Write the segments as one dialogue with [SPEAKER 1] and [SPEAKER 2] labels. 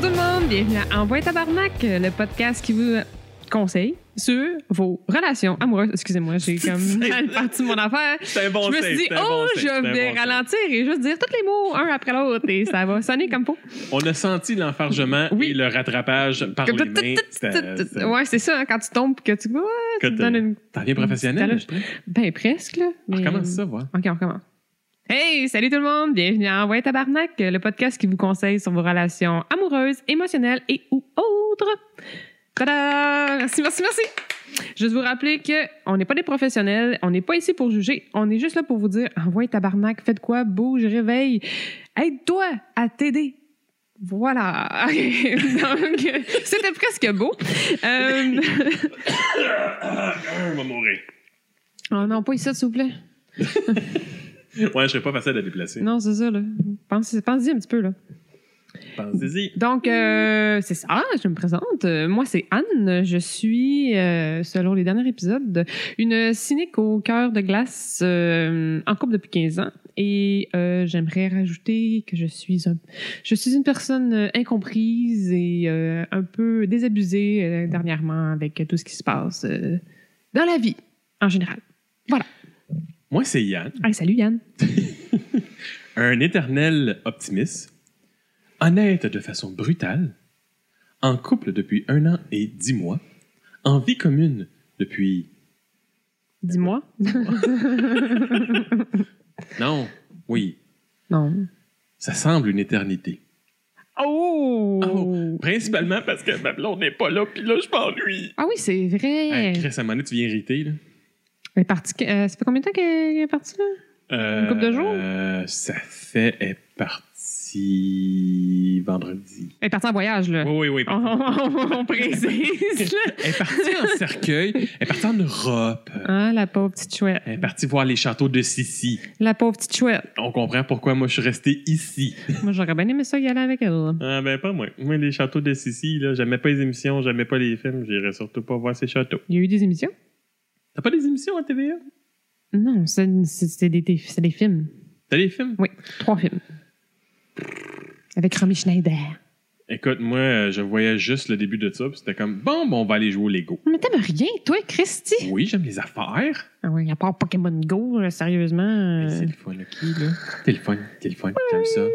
[SPEAKER 1] bienvenue à Envoie Tabarnak, le podcast qui vous conseille sur vos relations amoureuses. Excusez-moi, j'ai comme mal parti de mon affaire.
[SPEAKER 2] C'est un bon
[SPEAKER 1] je me suis
[SPEAKER 2] save,
[SPEAKER 1] dit,
[SPEAKER 2] c'est un
[SPEAKER 1] oh,
[SPEAKER 2] bon save, c'est
[SPEAKER 1] je
[SPEAKER 2] un
[SPEAKER 1] vais
[SPEAKER 2] bon save.
[SPEAKER 1] ralentir et juste dire tous les mots un après l'autre et ça va sonner comme faut.
[SPEAKER 2] On a senti l'enfargement
[SPEAKER 1] Oui.
[SPEAKER 2] et le rattrapage par les mains. C'était- c'était-
[SPEAKER 1] Ouais, c'est ça, hein, quand tu tombes que tu. ouais,
[SPEAKER 2] que
[SPEAKER 1] tu te donnes
[SPEAKER 2] t'es-
[SPEAKER 1] une.
[SPEAKER 2] T'en viens professionnel,
[SPEAKER 1] T'as
[SPEAKER 2] là,
[SPEAKER 1] le-
[SPEAKER 2] je pense.
[SPEAKER 1] Ben, presque, là.
[SPEAKER 2] On
[SPEAKER 1] mais-
[SPEAKER 2] recommence ça, voilà.
[SPEAKER 1] OK, on recommence. Hey, salut tout le monde! Bienvenue à Envoyer Tabarnak, le podcast qui vous conseille sur vos relations amoureuses, émotionnelles et ou autres. Tada! Merci, merci, merci! Je vous rappeler que on n'est pas des professionnels, on n'est pas ici pour juger, on est juste là pour vous dire envoie tabarnak, faites quoi, bouge, réveille, aide-toi à t'aider. Voilà. Donc, c'était presque beau. Euh,
[SPEAKER 2] On va mourir.
[SPEAKER 1] oh non, pas ici, s'il vous plaît.
[SPEAKER 2] Ouais, je serais pas facile à déplacer.
[SPEAKER 1] Non, c'est ça, là. Pense- Pense-y un petit peu, là.
[SPEAKER 2] Pensez-y.
[SPEAKER 1] Donc, euh, c'est ça, je me présente. Euh, Moi, c'est Anne. Je suis, euh, selon les derniers épisodes, une cynique au cœur de glace euh, en couple depuis 15 ans. Et euh, j'aimerais rajouter que je suis, un- je suis une personne euh, incomprise et euh, un peu désabusée euh, dernièrement avec tout ce qui se passe euh, dans la vie en général.
[SPEAKER 2] Moi, c'est Yann,
[SPEAKER 1] Hey, salut Yann.
[SPEAKER 2] un éternel optimiste, honnête de façon brutale, en couple depuis un an et dix mois, en vie commune depuis...
[SPEAKER 1] Dis-moi.
[SPEAKER 2] Non, oui,
[SPEAKER 1] Non.
[SPEAKER 2] ça semble une éternité.
[SPEAKER 1] Oh!
[SPEAKER 2] Oh! Principalement parce que ma blonde n'est pas là, puis là, je m'ennuie.
[SPEAKER 1] Ah oui, c'est vrai.
[SPEAKER 2] Hey, Euh, Chris, à un moment donné, tu viens irriter, là.
[SPEAKER 1] Elle est partie. euh, ça fait combien de temps qu'elle est partie là?
[SPEAKER 2] Euh,
[SPEAKER 1] Une couple de jours?
[SPEAKER 2] euh, ça fait est parti vendredi.
[SPEAKER 1] Elle est partie en voyage là.
[SPEAKER 2] Oui, oui, oui.
[SPEAKER 1] On, on- on précise là.
[SPEAKER 2] Elle est partie en cercueil, elle est partie en Europe,
[SPEAKER 1] Ah, la pauvre petite chouette.
[SPEAKER 2] elle est partie voir les châteaux de Sissi.
[SPEAKER 1] La pauvre petite chouette.
[SPEAKER 2] On comprend pourquoi moi je suis resté ici.
[SPEAKER 1] Moi, j'aurais bien aimé ça y aller avec elle.
[SPEAKER 2] Ah ben pas moi. Moi les châteaux de Sissi, là, j'aimais pas les émissions, j'aimais pas les films, j'irais surtout pas voir ces châteaux.
[SPEAKER 1] Il y a eu des émissions?
[SPEAKER 2] T'as pas des émissions à TVA?
[SPEAKER 1] Non, c'est c'est- c'est des, des- c'est des films.
[SPEAKER 2] T'as des films?
[SPEAKER 1] Oui, trois films. Avec Romy Schneider.
[SPEAKER 2] Écoute, moi euh, je voyais juste le début de ça, puis c'était comme bon, bon, on va aller jouer au Lego.
[SPEAKER 1] Mais t'aimes rien, toi, Christy?
[SPEAKER 2] Oui, j'aime les affaires.
[SPEAKER 1] Ah oui, à part Pokémon Go, là, sérieusement. euh,
[SPEAKER 2] Mais C'est le fun, ok, là. Téléphone, téléphone, j'aime ça.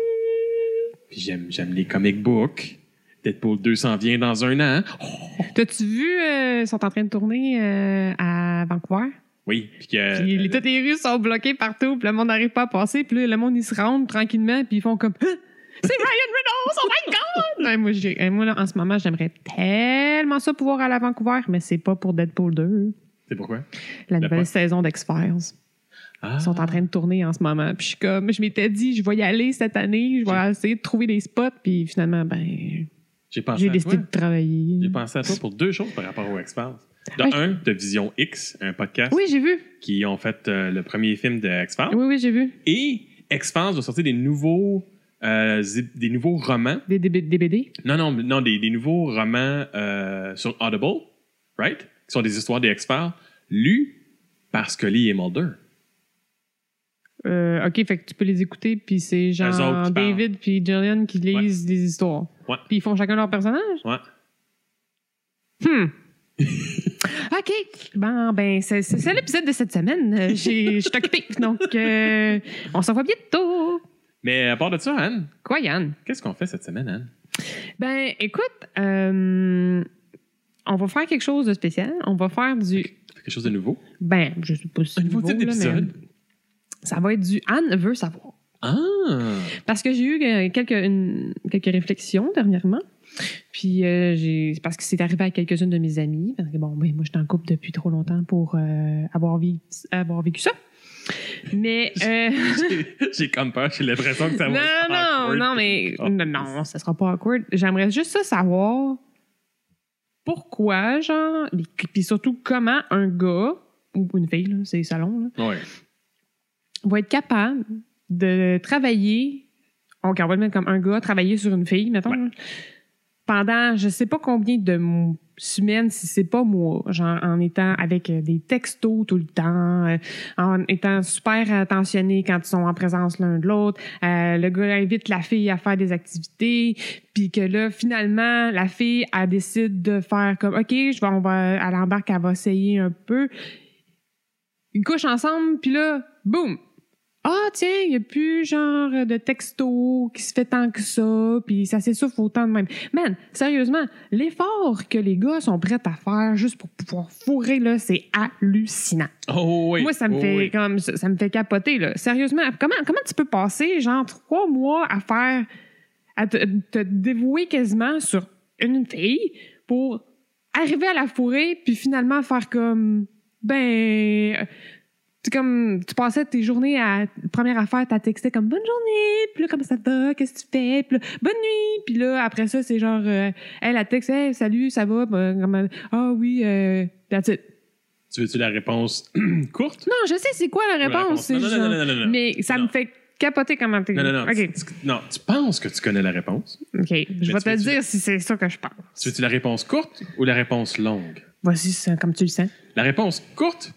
[SPEAKER 2] Puis j'aime, j'aime les comic books. Deadpool 2 s'en vient dans un an. Oh,
[SPEAKER 1] T'as-tu vu, euh, ils sont en train de tourner euh, à Vancouver?
[SPEAKER 2] oui, puis que... euh,
[SPEAKER 1] Puis les, toutes les rues sont bloquées partout, puis le monde n'arrive pas à passer, puis là, le monde, ils se rendent tranquillement, puis ils font comme... Ah! C'est Ryan Reynolds, oh my God! Ouais, moi, j'ai- eh, moi, là, en ce moment, j'aimerais tellement ça pouvoir aller à Vancouver, mais c'est pas pour Deadpool 2,
[SPEAKER 2] C'est pourquoi?
[SPEAKER 1] la
[SPEAKER 2] Ben,
[SPEAKER 1] nouvelle
[SPEAKER 2] pas-
[SPEAKER 1] saison d'X-Files.
[SPEAKER 2] Ah,
[SPEAKER 1] Ils sont en train de tourner en ce moment. Puis je suis comme, je m'étais dit, je vais y aller cette année, je vais essayer de trouver des spots, puis finalement, ben,
[SPEAKER 2] j'ai pensé
[SPEAKER 1] j'ai
[SPEAKER 2] à
[SPEAKER 1] décidé
[SPEAKER 2] toi.
[SPEAKER 1] de travailler.
[SPEAKER 2] Ah, J'ai pensé à toi pour deux choses par rapport au X-Files. De
[SPEAKER 1] Ouais, je-
[SPEAKER 2] un, de Vision X, un podcast
[SPEAKER 1] Ah, Oui, j'ai vu.
[SPEAKER 2] qui ont fait euh, le premier film de X-Files.
[SPEAKER 1] Oui, oui, j'ai vu.
[SPEAKER 2] Et X-Files va sortir des nouveaux... euh, zip- des nouveaux romans.
[SPEAKER 1] Des, des, des BD.
[SPEAKER 2] Non, non, non, des, des nouveaux romans euh, sur Audible, right? Qui sont des histoires des experts, lus par Scully et Mulder.
[SPEAKER 1] Euh, OK, fait que tu peux les écouter, puis c'est
[SPEAKER 2] Eux autres
[SPEAKER 1] genre
[SPEAKER 2] qui parlent.
[SPEAKER 1] David puis Jillian qui lisent des histoires.
[SPEAKER 2] Ouais.
[SPEAKER 1] Puis ils font chacun leur personnage?
[SPEAKER 2] Ouais.
[SPEAKER 1] Hmm. OK. Bon, ben, c'est c'est ça l'épisode de cette semaine. Euh, j'ai- Je suis occupée, donc euh, on s'en voit bientôt.
[SPEAKER 2] Mais à part de ça, Anne,
[SPEAKER 1] Quoi, Yann?
[SPEAKER 2] qu'est-ce qu'on fait cette semaine, Anne?
[SPEAKER 1] Ben, écoute, euh, on va faire quelque chose de spécial. On va faire du...
[SPEAKER 2] Quelque chose de nouveau?
[SPEAKER 1] Ben, je sais pas si c'est
[SPEAKER 2] Un nouveau type
[SPEAKER 1] là, mais
[SPEAKER 2] d'épisode?
[SPEAKER 1] Ça va être du Anne veut savoir.
[SPEAKER 2] Ah!
[SPEAKER 1] Parce que j'ai eu euh, quelques, une- quelques réflexions dernièrement. Puis, euh, j'ai- c'est parce que c'est arrivé à quelques-unes de mes amies. Parce que, bon, ben, moi, je suis en couple depuis trop longtemps pour euh, avoir, vécu, avoir vécu ça. Mais. euh,
[SPEAKER 2] J'ai- J'ai comme peur, j'ai l'impression que ça va
[SPEAKER 1] non,
[SPEAKER 2] être
[SPEAKER 1] non,
[SPEAKER 2] awkward.
[SPEAKER 1] non, mais.
[SPEAKER 2] Oh.
[SPEAKER 1] Non, non, ça sera pas awkward. J'aimerais juste ça savoir pourquoi, genre. Puis, puis surtout, comment un gars, ou une fille, là, c'est salon, là,
[SPEAKER 2] Ouais.
[SPEAKER 1] va être capable de travailler, OK, on va le mettre comme un gars, travailler sur une fille, mettons,
[SPEAKER 2] Ouais.
[SPEAKER 1] là, pendant je sais pas combien de m- semaine si c'est pas moi, genre en étant avec euh, des textos tout le temps, euh, en étant super attentionné quand ils sont en présence l'un de l'autre, euh, le gars invite la fille à faire des activités, puis que là finalement la fille elle décide de faire comme OK, je vais on va elle embarque, elle va essayer un peu. Ils couchent ensemble, puis là, boum, ah, tiens, il n'y a plus genre de texto qui se fait tant que ça, puis ça s'essouffle autant de même. Man, sérieusement, l'effort que les gars sont prêts à faire juste pour pouvoir fourrer, là, c'est hallucinant.
[SPEAKER 2] Oh oui.
[SPEAKER 1] Moi, ça me
[SPEAKER 2] oh
[SPEAKER 1] fait
[SPEAKER 2] oui.
[SPEAKER 1] comme ça, ça me fait capoter, là. Sérieusement, comment, comment tu peux passer genre trois mois à faire à te, te dévouer quasiment sur une fille pour arriver à la fourrer puis finalement faire comme ben euh, c'est comme tu passais tes journées à première affaire t'as texté comme bonne journée puis là comme ça va qu'est-ce que tu fais puis là, bonne nuit puis là après ça c'est genre euh, elle a texte Hey, salut ça va Ben, comme, euh, ah oui euh, that's it.
[SPEAKER 2] Tu veux-tu la réponse courte?
[SPEAKER 1] Non, je sais c'est quoi la
[SPEAKER 2] Ou la
[SPEAKER 1] réponse. c'est
[SPEAKER 2] Non, non, non,
[SPEAKER 1] genre-
[SPEAKER 2] non, non, non, non.
[SPEAKER 1] Mais ça
[SPEAKER 2] Non.
[SPEAKER 1] me fait capoter comment t'es.
[SPEAKER 2] Non, non, non.
[SPEAKER 1] OK,
[SPEAKER 2] Tu, tu- non, tu penses que tu connais la réponse.
[SPEAKER 1] OK. Je vais
[SPEAKER 2] tu
[SPEAKER 1] te
[SPEAKER 2] veux- tu-
[SPEAKER 1] dire si c'est ça que je pense.
[SPEAKER 2] Tu veux-tu la réponse courte ou la réponse longue?
[SPEAKER 1] Voici ça, comme tu le sens.
[SPEAKER 2] La réponse courte,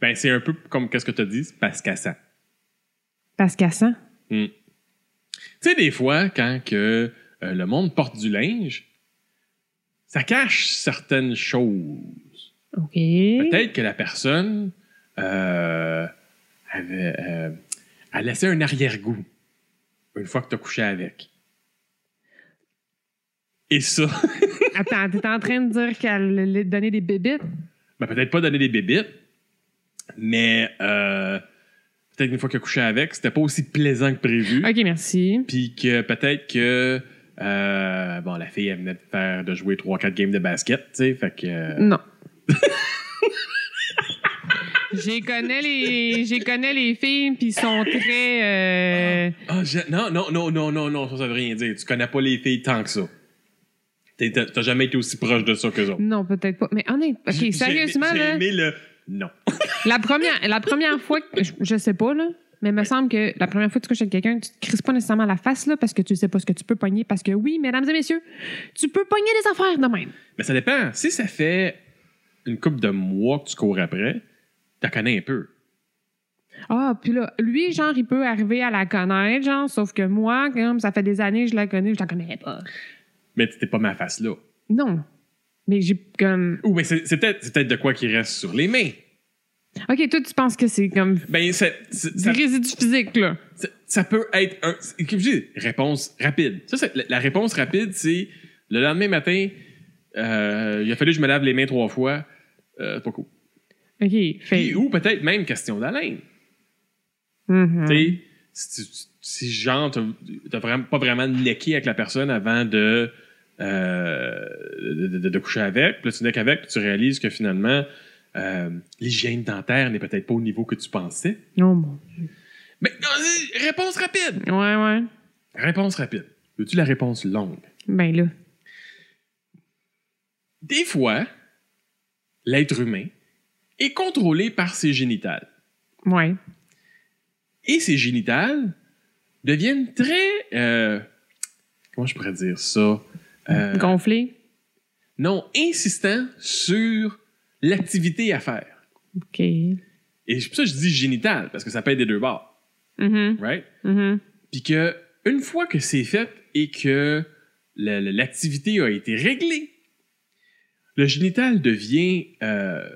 [SPEAKER 2] ben, c'est un peu comme qu'est-ce que tu as dit, parce qu'à ça.
[SPEAKER 1] Parce qu'à ça.
[SPEAKER 2] Tu sais, des fois, quand que, euh, le monde porte du linge, ça cache certaines choses.
[SPEAKER 1] OK.
[SPEAKER 2] Peut-être que la personne euh, avait, euh, a laissé un arrière-goût une fois que tu as couché avec. Et ça,
[SPEAKER 1] Attends, t'es en train de dire qu'elle allait te donner des bébites?
[SPEAKER 2] ben, peut-être pas donner des bébites, mais euh, peut-être qu'une fois que tu as couché avec, c'était pas aussi plaisant que prévu.
[SPEAKER 1] OK, merci.
[SPEAKER 2] Puis que peut-être que. euh, bon, la fille, elle venait de faire de jouer 3-4 games de basket, tu sais. Fait que. euh,
[SPEAKER 1] Non. J'y connais les, j'y connais les filles, puis ils sont très. euh,
[SPEAKER 2] Ah, je- non, non, non, non, non, non, ça, ça veut rien dire. Tu connais pas les filles tant que ça. T'es- t'as- T'as jamais été aussi proche de ça que autres.
[SPEAKER 1] Non, peut-être pas. Mais honnêtement,
[SPEAKER 2] J'ai-
[SPEAKER 1] OK, sérieusement,
[SPEAKER 2] J'ai
[SPEAKER 1] là.
[SPEAKER 2] aimé, j'ai aimé le. Non.
[SPEAKER 1] La première, la première fois, que, je, je sais pas, là, mais il me semble que la première fois que tu couches avec quelqu'un, tu te crises pas nécessairement la face, là, parce que tu sais pas ce que tu peux pogner. Parce que oui, mesdames et messieurs, tu peux pogner des affaires de même.
[SPEAKER 2] Mais ça dépend. Si ça fait une couple de mois que tu cours après, t'as connais un peu.
[SPEAKER 1] Ah, puis là, lui, genre, il peut arriver à la connaître, genre, sauf que moi, comme ça fait des années que je la connais, je la connais pas.
[SPEAKER 2] Mais t'es pas ma face là.
[SPEAKER 1] Non. Mais j'ai comme.
[SPEAKER 2] Ou, mais c'est c'est peut-être c'est peut-être de quoi qui reste sur les mains.
[SPEAKER 1] Ok, toi, tu penses que c'est comme
[SPEAKER 2] Ben, c'est- c'est-
[SPEAKER 1] des
[SPEAKER 2] ça
[SPEAKER 1] résidus physiques, là.
[SPEAKER 2] ça, ça peut être un. c'est- comme je dis, réponse rapide. Ça, c'est- la, la réponse rapide, c'est le lendemain matin, euh, il a fallu que je me lave les mains trois fois. Euh, pas cool.
[SPEAKER 1] Ok,
[SPEAKER 2] Puis,
[SPEAKER 1] fait.
[SPEAKER 2] ou peut-être même question d'haleine.
[SPEAKER 1] Mhm.
[SPEAKER 2] Tu sais, si, tu- si genre, t'as t'as vraiment, pas vraiment necké avec la personne avant de, euh, de, de- de coucher avec, puis là, tu neck avec, puis tu réalises que finalement, euh, l'hygiène dentaire n'est peut-être pas au niveau que tu pensais.
[SPEAKER 1] Oh mon Dieu.
[SPEAKER 2] Mais non, réponse rapide!
[SPEAKER 1] Ouais, ouais.
[SPEAKER 2] Réponse rapide. Veux-tu la réponse longue?
[SPEAKER 1] Ben là.
[SPEAKER 2] Des fois, l'être humain est contrôlé par ses génitales.
[SPEAKER 1] Ouais.
[SPEAKER 2] Et ses génitales deviennent très... euh, comment je pourrais dire ça? Euh,
[SPEAKER 1] Gonflé.
[SPEAKER 2] non, insistants sur l'activité à faire.
[SPEAKER 1] Ok. Mhm.
[SPEAKER 2] Et c'est pour ça que je dis génitales, parce que ça peut être des deux bords, right?
[SPEAKER 1] mhm.
[SPEAKER 2] Puis que une fois que c'est fait et que la- la- l'activité a été réglée, le génital devient euh,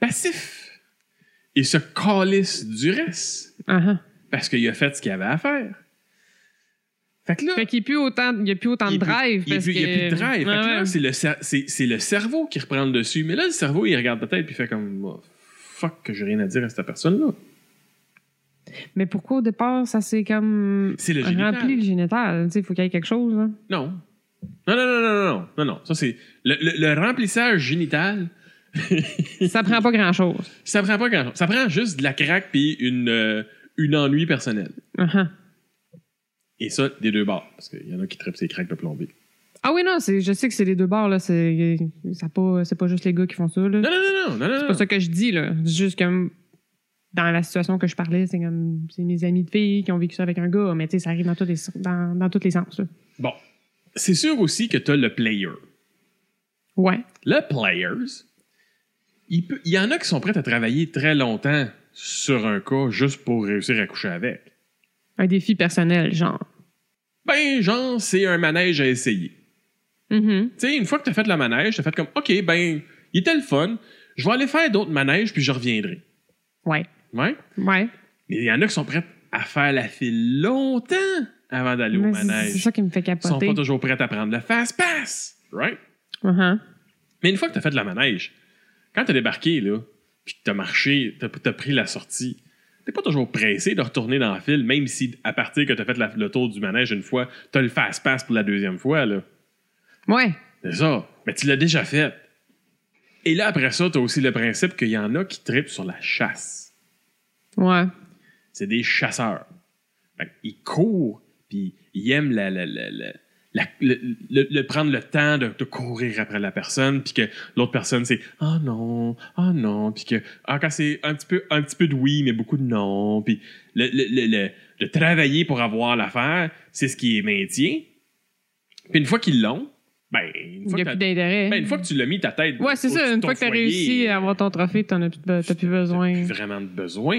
[SPEAKER 2] passif et se calisse du reste
[SPEAKER 1] Ah ah.
[SPEAKER 2] parce qu'il a fait ce qu'il avait à faire. Fait que là,
[SPEAKER 1] Fait qu'il n'y a plus autant, il y a plus autant
[SPEAKER 2] il
[SPEAKER 1] de
[SPEAKER 2] est plus-
[SPEAKER 1] drive.
[SPEAKER 2] il n'y a,
[SPEAKER 1] parce
[SPEAKER 2] plus il y a plus de
[SPEAKER 1] que-
[SPEAKER 2] drive. Fait que
[SPEAKER 1] Ah
[SPEAKER 2] là,
[SPEAKER 1] ouais.
[SPEAKER 2] c'est le, cer- c'est- c'est le cerveau qui reprend le dessus. Mais là, le cerveau, il regarde peut-être puis il fait comme Oh, fuck que j'ai rien à dire à cette personne-là.
[SPEAKER 1] Mais pourquoi au départ, ça s'est comme
[SPEAKER 2] C'est le génital.
[SPEAKER 1] rempli le génital? Tu sais, Il faut qu'il y ait quelque chose. là.
[SPEAKER 2] Non. Non, non, non, non, non, non, non. Ça, c'est. Le, le- le remplissage génital,
[SPEAKER 1] Ça prend pas grand-chose.
[SPEAKER 2] ça prend pas grand Ça prend juste de la craque puis une, euh, une ennui personnelle.
[SPEAKER 1] Ah ah.
[SPEAKER 2] Et ça, des deux bords. Parce qu'il y en a qui trippent ces craques de plombier.
[SPEAKER 1] Ah oui, non, c'est- je sais que c'est les deux bords. là. C'est ça pas, c'est pas juste les gars qui font ça. là.
[SPEAKER 2] Non, non, non, non, non, non.
[SPEAKER 1] C'est
[SPEAKER 2] non.
[SPEAKER 1] pas ça que je dis. là. C'est juste comme dans la situation que je parlais, c'est comme c'est mes amis de filles qui ont vécu ça avec un gars. Mais tu sais, ça arrive dans tous les, dans, dans tous les sens. là.
[SPEAKER 2] Bon. C'est sûr aussi que t'as le player.
[SPEAKER 1] Ouais.
[SPEAKER 2] Le players, il, peut- il y en a qui sont prêts à travailler très longtemps sur un cas juste pour réussir à coucher avec.
[SPEAKER 1] Un défi personnel, genre.
[SPEAKER 2] Ben, genre, c'est un manège à essayer.
[SPEAKER 1] Mhm.
[SPEAKER 2] Tu sais, une fois que t'as fait le manège, t'as fait comme, OK, ben, il était le fun, je vais aller faire d'autres manèges, puis je reviendrai.
[SPEAKER 1] Ouais.
[SPEAKER 2] Ouais.
[SPEAKER 1] Ouais.
[SPEAKER 2] Mais il y en a qui sont prêts à faire la file longtemps avant d'aller au
[SPEAKER 1] Mais c'est- C'est
[SPEAKER 2] manège.
[SPEAKER 1] ça qui me fait
[SPEAKER 2] Ils sont
[SPEAKER 1] capoter.
[SPEAKER 2] pas toujours prêts à prendre le fast-pass, right?
[SPEAKER 1] Uh-huh.
[SPEAKER 2] Mais une fois que t'as fait le manège, quand t'as débarqué, là, puis que t'as marché, t'as as pris la sortie, t'es pas toujours pressé de retourner dans la file, même si, à partir que t'as fait la- le tour du manège une fois, t'as le fast-pass pour la deuxième fois, là.
[SPEAKER 1] Ouais.
[SPEAKER 2] C'est ça. Mais tu l'as déjà fait. Et là, après ça, t'as aussi le principe qu'il y en a qui tripent sur la chasse.
[SPEAKER 1] Ouais.
[SPEAKER 2] C'est des chasseurs. Fait qu'ils courent, puis ils aiment la, la- la- la- la- le, le- le prendre le temps de, de courir après la personne, puis que l'autre personne, c'est « Ah non, ah non », puis que ah, quand c'est un petit, peu, un petit peu de oui, mais beaucoup de non, puis le, le- le- le- de travailler pour avoir l'affaire, c'est ce qui est maintien. Puis une fois qu'ils l'ont, ben, une
[SPEAKER 1] Il
[SPEAKER 2] fois
[SPEAKER 1] n'y a
[SPEAKER 2] que
[SPEAKER 1] plus
[SPEAKER 2] t'as-
[SPEAKER 1] d'intérêt.
[SPEAKER 2] ben, une fois que tu l'as mis ta tête.
[SPEAKER 1] ouais, c'est
[SPEAKER 2] au-dessus
[SPEAKER 1] ça.
[SPEAKER 2] de
[SPEAKER 1] Une
[SPEAKER 2] ton
[SPEAKER 1] fois que tu as
[SPEAKER 2] foyer,
[SPEAKER 1] réussi à avoir ton trophée, tu n'as plus, be- t'as plus
[SPEAKER 2] t'as
[SPEAKER 1] besoin.
[SPEAKER 2] plus vraiment de besoin.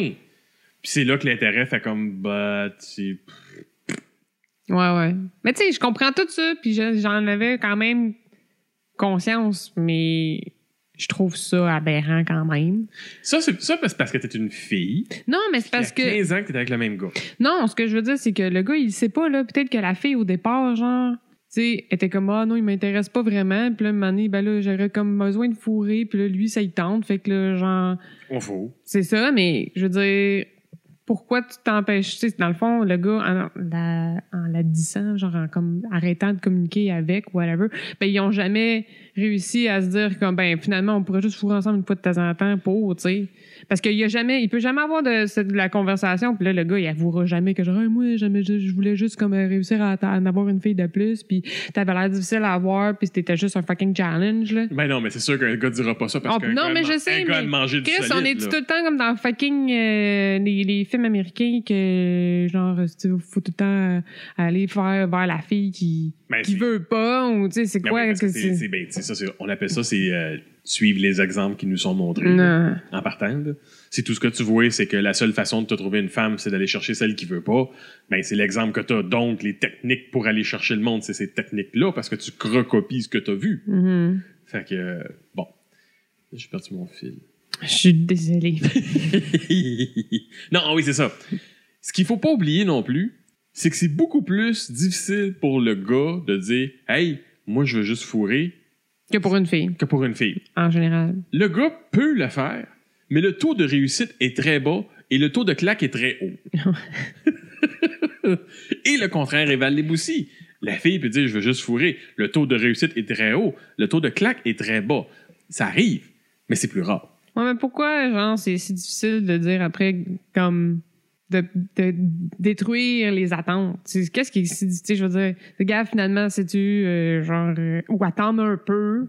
[SPEAKER 2] Puis c'est là que l'intérêt fait comme bah tu
[SPEAKER 1] Ouais, ouais. Mais tu sais, je comprends tout ça, puis je- j'en avais quand même conscience, mais je trouve ça aberrant quand même.
[SPEAKER 2] ça c'est ça parce parce que t'es une fille.
[SPEAKER 1] Non, mais c'est parce
[SPEAKER 2] il y a
[SPEAKER 1] que.
[SPEAKER 2] 15 ans que t'es avec le même gars.
[SPEAKER 1] Non, ce que je veux dire, c'est que le gars, il sait pas, là. Peut-être que la fille, au départ, genre. Tu sais, était comme, ah non, il m'intéresse pas vraiment. Puis là, un moment donné, ben là, j'aurais comme besoin de fourrer. Puis là, lui, ça y tente. Fait que là, genre,
[SPEAKER 2] On faut.
[SPEAKER 1] C'est ça, mais je veux dire, pourquoi tu t'empêches? Tu sais, dans le fond, le gars, en la, en la disant, genre en comme, arrêtant de communiquer avec, whatever, ben, ils ont jamais réussi à se dire comme, ben, finalement, on pourrait juste fourrer ensemble une fois de temps en temps pour, tu sais. Parce qu'il y a jamais, il peut jamais avoir de, cette- de la conversation, puis là, le gars, il avouera jamais que genre, Ah, moi, jamais, je, je voulais juste comme euh, réussir à, à en avoir une fille de plus, puis t'avais l'air difficile à avoir, puis c'était juste un fucking challenge, là.
[SPEAKER 2] Ben non, mais c'est sûr qu'un gars dira pas ça parce
[SPEAKER 1] Oh,
[SPEAKER 2] qu'un
[SPEAKER 1] non,
[SPEAKER 2] gars
[SPEAKER 1] mais
[SPEAKER 2] man-
[SPEAKER 1] je sais,
[SPEAKER 2] un gars
[SPEAKER 1] mais
[SPEAKER 2] aime manger du
[SPEAKER 1] Chris,
[SPEAKER 2] solide,
[SPEAKER 1] on est
[SPEAKER 2] là.
[SPEAKER 1] tout le temps comme dans fucking euh, les, les films américains que genre il faut tout le temps euh, aller faire vers la fille qui
[SPEAKER 2] Ben,
[SPEAKER 1] qui
[SPEAKER 2] c'est-
[SPEAKER 1] veut pas ou tu sais c'est
[SPEAKER 2] ben
[SPEAKER 1] quoi
[SPEAKER 2] oui, parce
[SPEAKER 1] est-ce que
[SPEAKER 2] que
[SPEAKER 1] c'est
[SPEAKER 2] c'est c'est- ben, c'est ça c'est- on appelle ça c'est euh, suivre les exemples qui nous sont montrés là,
[SPEAKER 1] non
[SPEAKER 2] en partant. là. Si tout ce que tu vois c'est que la seule façon de te trouver une femme c'est d'aller chercher celle qui veut pas, ben c'est l'exemple que t'as. Donc les techniques pour aller chercher le monde c'est ces techniques là parce que tu recopies ce que t'as vu.
[SPEAKER 1] Mhm.
[SPEAKER 2] Fait que, euh, bon. J'ai perdu mon fil.
[SPEAKER 1] je suis désolée
[SPEAKER 2] non, ah oui, c'est ça. Ce qu'il faut pas oublier non plus, c'est que c'est beaucoup plus difficile pour le gars de dire Hey, moi, je veux juste fourrer
[SPEAKER 1] que pour une fille
[SPEAKER 2] que pour une fille.
[SPEAKER 1] en général
[SPEAKER 2] Le gars peut le faire, mais le taux de réussite est très bas et le taux de claque est très haut. et le contraire est valable aussi. La fille peut dire je veux juste fourrer. Le taux de réussite est très haut. Le taux de claque est très bas. Ça arrive, mais c'est plus rare.
[SPEAKER 1] ouais mais pourquoi genre c'est si difficile de dire après comme de, de détruire les attentes. C'est- Qu'est-ce qui est si difficile? Je veux dire, gars, finalement, c'est-tu euh, genre... euh, ou attendre un peu,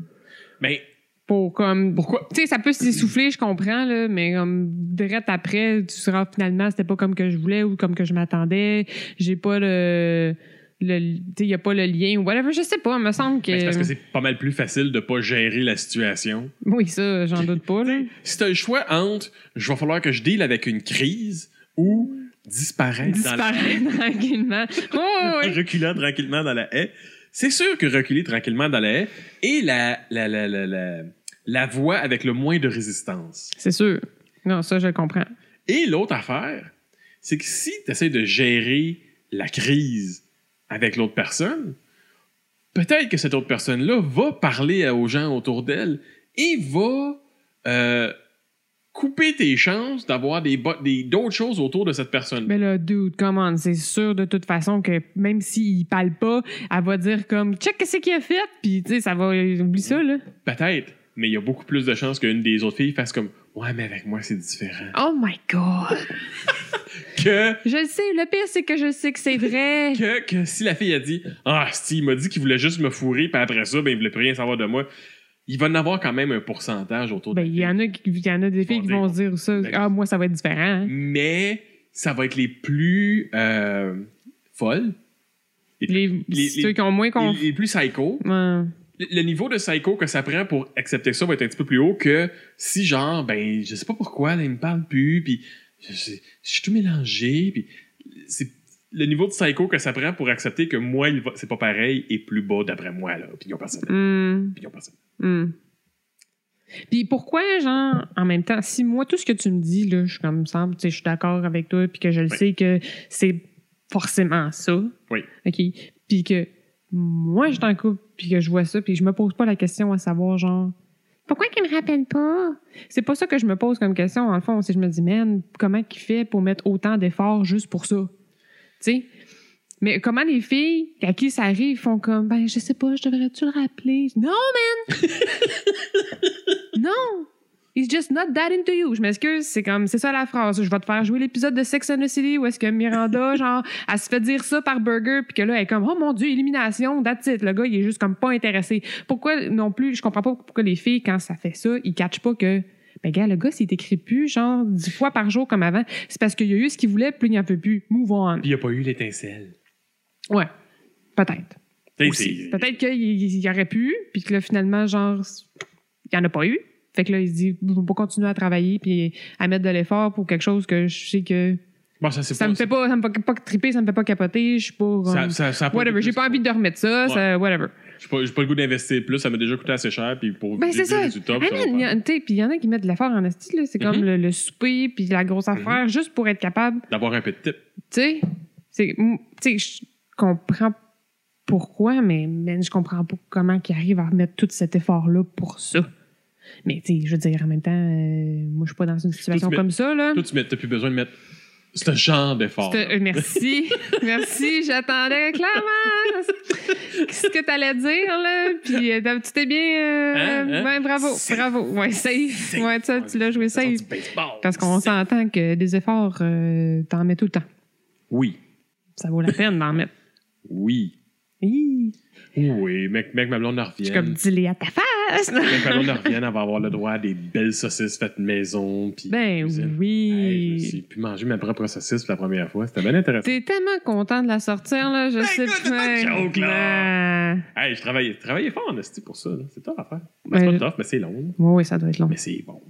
[SPEAKER 2] Mais
[SPEAKER 1] pour comme pourquoi tu sais ça peut s'essouffler je comprends là mais comme direct après tu seras finalement c'était pas comme que je voulais ou comme que je m'attendais j'ai pas le le tu sais il y a pas le lien ou whatever je sais pas me semble que,
[SPEAKER 2] Mais Ben, c'est parce que c'est pas mal plus facile de pas gérer la situation.
[SPEAKER 1] oui ça j'en doute pas là
[SPEAKER 2] Si t'as le choix entre je vais falloir que je deal avec une crise ou disparaître,
[SPEAKER 1] disparaître tranquillement oh
[SPEAKER 2] dans la
[SPEAKER 1] oui.
[SPEAKER 2] reculant tranquillement dans la haie, c'est sûr que reculer tranquillement dans la haie est la la la la la, la voie avec le moins de résistance.
[SPEAKER 1] c'est sûr non ça je le comprends
[SPEAKER 2] Et l'autre affaire, c'est que si tu essaies de gérer la crise avec l'autre personne, peut-être que cette autre personne-là va parler à- aux gens autour d'elle et va euh, couper tes chances d'avoir des bo- des- d'autres choses autour de cette personne.
[SPEAKER 1] mais là dude come on c'est sûr de toute façon que même s'il parle pas elle va dire comme check qu'est-ce qu'il a fait puis tu sais ça va oublie ça là
[SPEAKER 2] Peut-être, mais il y a beaucoup plus de chances qu'une des autres filles fasse comme ouais, mais avec moi c'est différent.
[SPEAKER 1] oh my god
[SPEAKER 2] Que
[SPEAKER 1] Je le sais, le pire, c'est que je sais que c'est vrai.
[SPEAKER 2] que, que si la fille a dit Ah, si, il m'a dit qu'il voulait juste me fourrer, puis après ça, ben, il voulait plus rien savoir de moi, il va en avoir quand même un pourcentage autour
[SPEAKER 1] Ben,
[SPEAKER 2] de la
[SPEAKER 1] il y
[SPEAKER 2] fille.
[SPEAKER 1] en a, qui- il y en a des filles qui vont se dire ça. Ah, moi, ça va être différent. hein.
[SPEAKER 2] Mais ça va être les plus euh, folles,
[SPEAKER 1] Les,
[SPEAKER 2] les-
[SPEAKER 1] ceux qui ont moins
[SPEAKER 2] les-
[SPEAKER 1] confiance.
[SPEAKER 2] les, plus psycho, le le niveau de psycho que ça prend pour accepter ça va être un petit peu plus haut que si, genre, ben, je sais pas pourquoi, là, il me parle plus, puis je, je- je suis tout mélangé, puis c'est le niveau de psycho que ça prend pour accepter que moi, il va- c'est pas pareil et plus bas d'après moi, là, opinion personnelle.
[SPEAKER 1] Hum,
[SPEAKER 2] Opinion personnelle.
[SPEAKER 1] hum. Puis pourquoi, genre, en même temps, si moi, tout ce que tu me dis, là, je suis comme, semble, tu sais, je suis d'accord avec toi, puis que je le
[SPEAKER 2] Oui.
[SPEAKER 1] sais que c'est forcément ça.
[SPEAKER 2] Oui.
[SPEAKER 1] OK. Puis que moi, je t'en couple, puis que je vois ça, puis je me pose pas la question à savoir, genre, pourquoi qu'il me rappelle pas? C'est pas ça que je me pose comme question, en le fond. C'est que je me dis, man, comment qu'il fait pour mettre autant d'efforts juste pour ça? Tu sais? Mais comment les filles à qui ça arrive font comme, ben, je sais pas, je devrais-tu le rappeler? Non, man! non! He's just not that into you. Je m'excuse, c'est comme, c'est ça la phrase. Je vais te faire jouer l'épisode de Sex and the City où est-ce que Miranda, genre, elle se fait dire ça par Burger, puis que là, elle est comme, oh mon Dieu, élimination, that's it. Le gars, il est juste comme pas intéressé. Pourquoi non plus, je comprends pas pourquoi les filles, quand ça fait ça, ils catchent pas que, ben, gars, le gars, s'il t'écrit plus, genre, dix fois par jour comme avant, c'est parce qu'il y a eu ce qu'il voulait, puis il n'y en peut plus. Move on.
[SPEAKER 2] Puis il n'y a pas eu l'étincelle.
[SPEAKER 1] Ouais, peut-être.
[SPEAKER 2] T'sais,
[SPEAKER 1] aussi.
[SPEAKER 2] c'est-
[SPEAKER 1] Peut-être qu'il il y aurait pu, puis que là, finalement, genre, il n'y en a pas eu. Fait que là, il se dit, je vais pas continuer à travailler puis à mettre de l'effort pour quelque chose que je sais que
[SPEAKER 2] Bon, ça, c'est
[SPEAKER 1] ça
[SPEAKER 2] pas-
[SPEAKER 1] me fait pas, ça me fait pas triper, ça me fait pas capoter, je suis pas.
[SPEAKER 2] ça-
[SPEAKER 1] euh,
[SPEAKER 2] ça- ça a pas
[SPEAKER 1] whatever,
[SPEAKER 2] été
[SPEAKER 1] j'ai
[SPEAKER 2] plus-
[SPEAKER 1] pas envie de remettre ça,
[SPEAKER 2] Ouais.
[SPEAKER 1] ça whatever.
[SPEAKER 2] J'ai pas, j'ai pas le goût d'investir plus, ça m'a déjà coûté assez cher, puis pour
[SPEAKER 1] Ben,
[SPEAKER 2] des
[SPEAKER 1] c'est
[SPEAKER 2] vieux
[SPEAKER 1] ça.
[SPEAKER 2] résultats, puis
[SPEAKER 1] Ah, man,
[SPEAKER 2] ça va
[SPEAKER 1] y a-
[SPEAKER 2] faire-
[SPEAKER 1] t'sais, puis il y en a qui mettent de l'effort en esti, là. C'est
[SPEAKER 2] Mhm.
[SPEAKER 1] comme le, le souper puis la grosse affaire, juste pour être capable
[SPEAKER 2] d'avoir un peu de type.
[SPEAKER 1] tu sais, c'est- m- tu sais, je comprends pourquoi, mais man, je comprends pas comment qu'ils arrivent à remettre tout cet effort-là pour ça. Mais tu sais, je veux dire, en même temps, euh, moi, je suis pas dans une situation
[SPEAKER 2] mets-
[SPEAKER 1] comme ça, là.
[SPEAKER 2] Toi, tu n'as plus besoin de mettre ce genre d'effort.
[SPEAKER 1] C'est- euh, merci, merci, j'attendais clairement ce que t'allais dire, là. Puis euh, t'as- tu t'es bien... euh,
[SPEAKER 2] Hein, hein?
[SPEAKER 1] ouais, bravo,
[SPEAKER 2] Safe.
[SPEAKER 1] bravo. Ouais, safe.
[SPEAKER 2] Safe.
[SPEAKER 1] Ouais, ça, tu l'as joué safe. Parce
[SPEAKER 2] Parce
[SPEAKER 1] qu'on s'entend que des efforts, euh, t'en mets tout le temps.
[SPEAKER 2] Oui,
[SPEAKER 1] Ça vaut la peine d'en mettre.
[SPEAKER 2] oui,
[SPEAKER 1] Hi.
[SPEAKER 2] oui. Mec, mec ma blonde en
[SPEAKER 1] Je suis
[SPEAKER 2] revienne.
[SPEAKER 1] comme, dis-les à ta face!
[SPEAKER 2] Mec, ma blonde en revienne, elle va avoir le droit à des belles saucisses faites maison. Puis
[SPEAKER 1] ben
[SPEAKER 2] cuisine. Hey, je me suis
[SPEAKER 1] oui!
[SPEAKER 2] pu manger ma propre saucisse pour la première fois. C'était bien intéressant.
[SPEAKER 1] T'es tellement content de la sortir, là, je
[SPEAKER 2] Ben,
[SPEAKER 1] sais
[SPEAKER 2] écoute, c'est pas de
[SPEAKER 1] plus.
[SPEAKER 2] joke, là.
[SPEAKER 1] Ben,
[SPEAKER 2] Hey, je travaillais, je travaillais fort en esti pour ça. là. C'est tough à faire.
[SPEAKER 1] Ben,
[SPEAKER 2] Ben, c'est pas tough, mais c'est long.
[SPEAKER 1] Oui, oui, ça doit être long.
[SPEAKER 2] Mais c'est bon.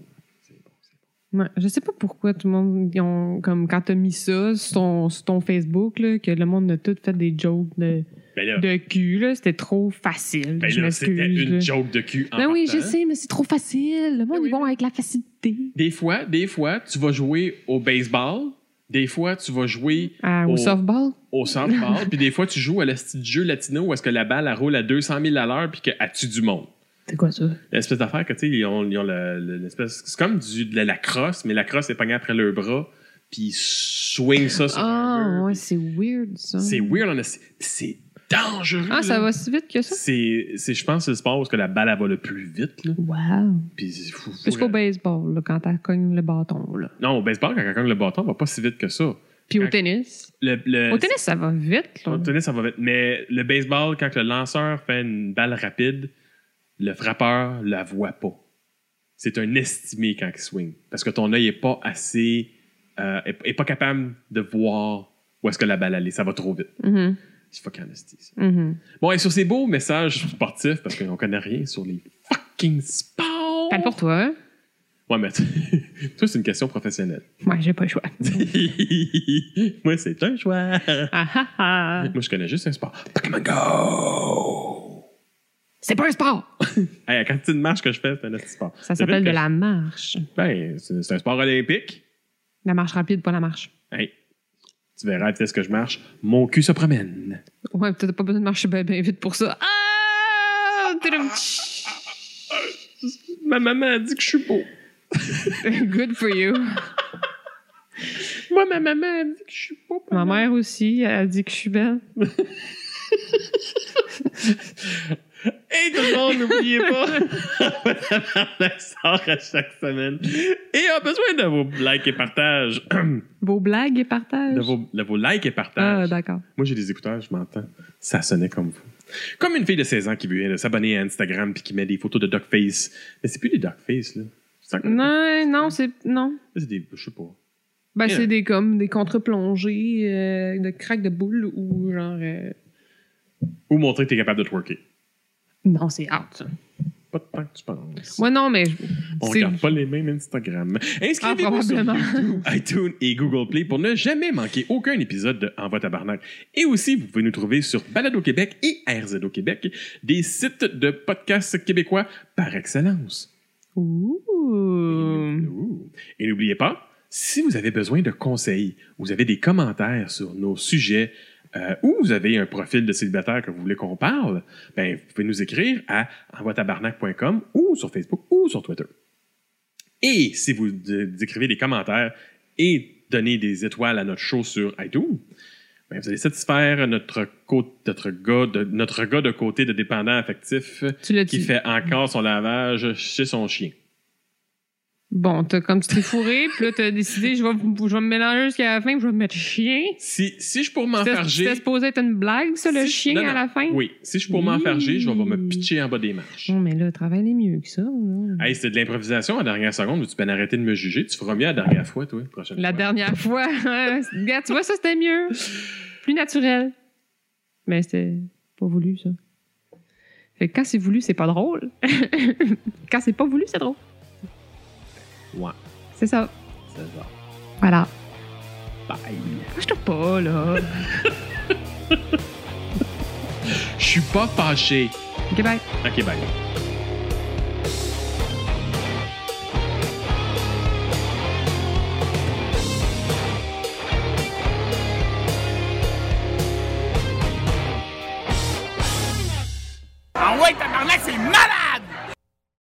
[SPEAKER 2] C'est bon. c'est bon.
[SPEAKER 1] Ouais, je sais pas pourquoi tout le monde, ils ont, comme quand t'as mis ça sur ton, sur ton Facebook, là, que le monde a tout fait des jokes de,
[SPEAKER 2] Ben là,
[SPEAKER 1] de cul, là, c'était trop facile.
[SPEAKER 2] ben
[SPEAKER 1] je
[SPEAKER 2] là, c'était
[SPEAKER 1] m'excuse.
[SPEAKER 2] une
[SPEAKER 1] là.
[SPEAKER 2] joke de cul en
[SPEAKER 1] Ben oui,
[SPEAKER 2] partant.
[SPEAKER 1] je sais, mais c'est trop facile. Le monde,
[SPEAKER 2] Ben oui.
[SPEAKER 1] ils vont avec la facilité.
[SPEAKER 2] Des fois, des fois, tu vas jouer au baseball. Des fois, tu vas jouer
[SPEAKER 1] Ah, au
[SPEAKER 2] Oh.
[SPEAKER 1] softball?
[SPEAKER 2] au centre-ball. puis des fois, tu joues à l'esti de jeu latino où est-ce que la balle, elle roule à 200 000 à l'heure puis qu'elle tue du monde.
[SPEAKER 1] C'est quoi ça?
[SPEAKER 2] L'espèce d'affaire que, tu sais, ils ont, ils ont le- le- l'espèce... C'est comme du, de la crosse, mais la crosse est pognée après leur bras puis ils swingent ça sur un
[SPEAKER 1] Ah,
[SPEAKER 2] mur,
[SPEAKER 1] ouais,
[SPEAKER 2] puis
[SPEAKER 1] c'est weird, ça.
[SPEAKER 2] C'est weird, en esti. Puis c'est dangereux.
[SPEAKER 1] Ah, ça
[SPEAKER 2] là.
[SPEAKER 1] va si vite que ça?
[SPEAKER 2] C'est, c'est- je pense, que c'est le sport où est-ce que la balle, elle va le plus vite, là.
[SPEAKER 1] Wow!
[SPEAKER 2] Puis c'est fou. fou,
[SPEAKER 1] Plus
[SPEAKER 2] là.
[SPEAKER 1] qu'au baseball, là, quand t'as cogne le bâton. Là.
[SPEAKER 2] Non, au baseball, quand quelqu'un a le bâton, elle va pas si vite que ça.
[SPEAKER 1] Puis au
[SPEAKER 2] Quand-
[SPEAKER 1] tennis.
[SPEAKER 2] Le, le-
[SPEAKER 1] Au tennis, ça va vite. là.
[SPEAKER 2] Au tennis, ça va vite. Mais le baseball, quand le lanceur fait une balle rapide, le frappeur la voit pas. C'est un estimé quand il swing. Parce que ton œil est pas assez. euh, est, est pas capable de voir où est-ce que la balle allait. Ça va trop vite.
[SPEAKER 1] Mhm,
[SPEAKER 2] C'est fucking esti, ça.
[SPEAKER 1] mhm.
[SPEAKER 2] Bon, et sur ces beaux messages sportifs, parce qu'on connaît rien sur les fucking sports.
[SPEAKER 1] Parle pour toi. hein?
[SPEAKER 2] Ouais, mais tu- toi, c'est une question professionnelle.
[SPEAKER 1] Ouais, j'ai pas le choix.
[SPEAKER 2] Moi, c'est un choix.
[SPEAKER 1] Ah, ah, ah.
[SPEAKER 2] Moi, je connais juste un sport. Pokémon Go!
[SPEAKER 1] C'est pas un sport!
[SPEAKER 2] Hey, la quantité de marche que je fais, c'est un petit sport.
[SPEAKER 1] Ça
[SPEAKER 2] Le fait
[SPEAKER 1] s'appelle
[SPEAKER 2] que
[SPEAKER 1] de
[SPEAKER 2] je-
[SPEAKER 1] la marche.
[SPEAKER 2] Ben, c'est c'est un sport olympique.
[SPEAKER 1] La marche rapide, pas la marche.
[SPEAKER 2] Hey, tu verras à la vitesse que je marche, mon cul se promène.
[SPEAKER 1] Ouais, peut-être pas besoin de marcher bien vite pour ça. Ah! Tudum, tch.
[SPEAKER 2] Ma maman a dit que je suis beau.
[SPEAKER 1] Good for you.
[SPEAKER 2] Moi, ma maman a dit que je suis beau.
[SPEAKER 1] Ma mère aussi, elle a dit que je suis belle.
[SPEAKER 2] Et tout le monde, n'oubliez pas, la sort à chaque semaine. Et on a besoin de vos likes et partages. De
[SPEAKER 1] Vos blagues et partage.
[SPEAKER 2] vos, de vos likes et
[SPEAKER 1] Ah,
[SPEAKER 2] partages.
[SPEAKER 1] d'accord.
[SPEAKER 2] Moi, j'ai des écouteurs, je m'entends. Ça sonnait comme vous. Comme une fille de 16 ans qui vient de s'abonner à Instagram puis qui met des photos de duckface. Mais c'est plus des duckface, là. C'est encore-
[SPEAKER 1] Non, non, c'est. Non.
[SPEAKER 2] C'est des. Je sais pas.
[SPEAKER 1] Ben,
[SPEAKER 2] Yeah.
[SPEAKER 1] c'est des comme des contre-plongées euh, de craques de boule ou genre. euh,
[SPEAKER 2] Ou montrer que t'es capable de twerker.
[SPEAKER 1] Non, c'est out. ça.
[SPEAKER 2] Pas de temps que tu penses.
[SPEAKER 1] Ouais, non, mais. je-
[SPEAKER 2] On
[SPEAKER 1] c'est-
[SPEAKER 2] regarde pas les mêmes Instagram.
[SPEAKER 1] Ah,
[SPEAKER 2] Inscrivez-vous sur
[SPEAKER 1] probablement.
[SPEAKER 2] YouTube, iTunes et Google Play pour ne jamais manquer aucun épisode de Envoi Tabarnak. Et aussi, vous pouvez nous trouver sur Balado Québec et RZO Québec, des sites de podcasts québécois par excellence.
[SPEAKER 1] Ouh.
[SPEAKER 2] Ouh. Et n'oubliez pas, si vous avez besoin de conseils, vous avez des commentaires sur nos sujets euh, ou vous avez un profil de célibataire que vous voulez qu'on parle, ben, vous pouvez nous écrire à envoitabarnak.com ou sur Facebook ou sur Twitter. Et si vous d- écrivez des commentaires et donnez des étoiles à notre show sur iTunes, ben, vous allez satisfaire notre, cô- notre, gars de, notre gars de côté de dépendant affectif
[SPEAKER 1] Tu l'as
[SPEAKER 2] qui
[SPEAKER 1] dit.
[SPEAKER 2] fait encore son lavage chez son chien.
[SPEAKER 1] Bon, t'as comme tu t'es fourré, puis là, t'as décidé, je vais, je vais me mélanger jusqu'à la fin, puis je vais me mettre chien.
[SPEAKER 2] Si, si je pour
[SPEAKER 1] C'était
[SPEAKER 2] m'enfarger.
[SPEAKER 1] c'était supposé être une blague, ça, le
[SPEAKER 2] si-
[SPEAKER 1] chien
[SPEAKER 2] non, non.
[SPEAKER 1] à la fin?
[SPEAKER 2] Oui, si je pour
[SPEAKER 1] Oui.
[SPEAKER 2] m'enfarger, je vais
[SPEAKER 1] Mmh.
[SPEAKER 2] me pitcher en bas des marches.
[SPEAKER 1] Non, mais là, travaille est mieux que ça. là.
[SPEAKER 2] Hey, c'était de l'improvisation à la dernière seconde. Tu peux en arrêter de me juger. Tu feras mieux la dernière fois, toi, prochaine
[SPEAKER 1] La
[SPEAKER 2] fois.
[SPEAKER 1] dernière fois. hein, Regarde, tu vois, ça, c'était mieux. Plus naturel. Mais c'était pas voulu, ça. Fait que quand c'est voulu, c'est pas drôle. quand c'est pas voulu, c'est drôle.
[SPEAKER 2] Ouais,
[SPEAKER 1] C'est ça.
[SPEAKER 2] c'est ça.
[SPEAKER 1] Voilà.
[SPEAKER 2] Bye.
[SPEAKER 1] Lâche-toi pas, là.
[SPEAKER 2] Je suis pas fâché.
[SPEAKER 1] OK, bye.
[SPEAKER 2] Ok, bye.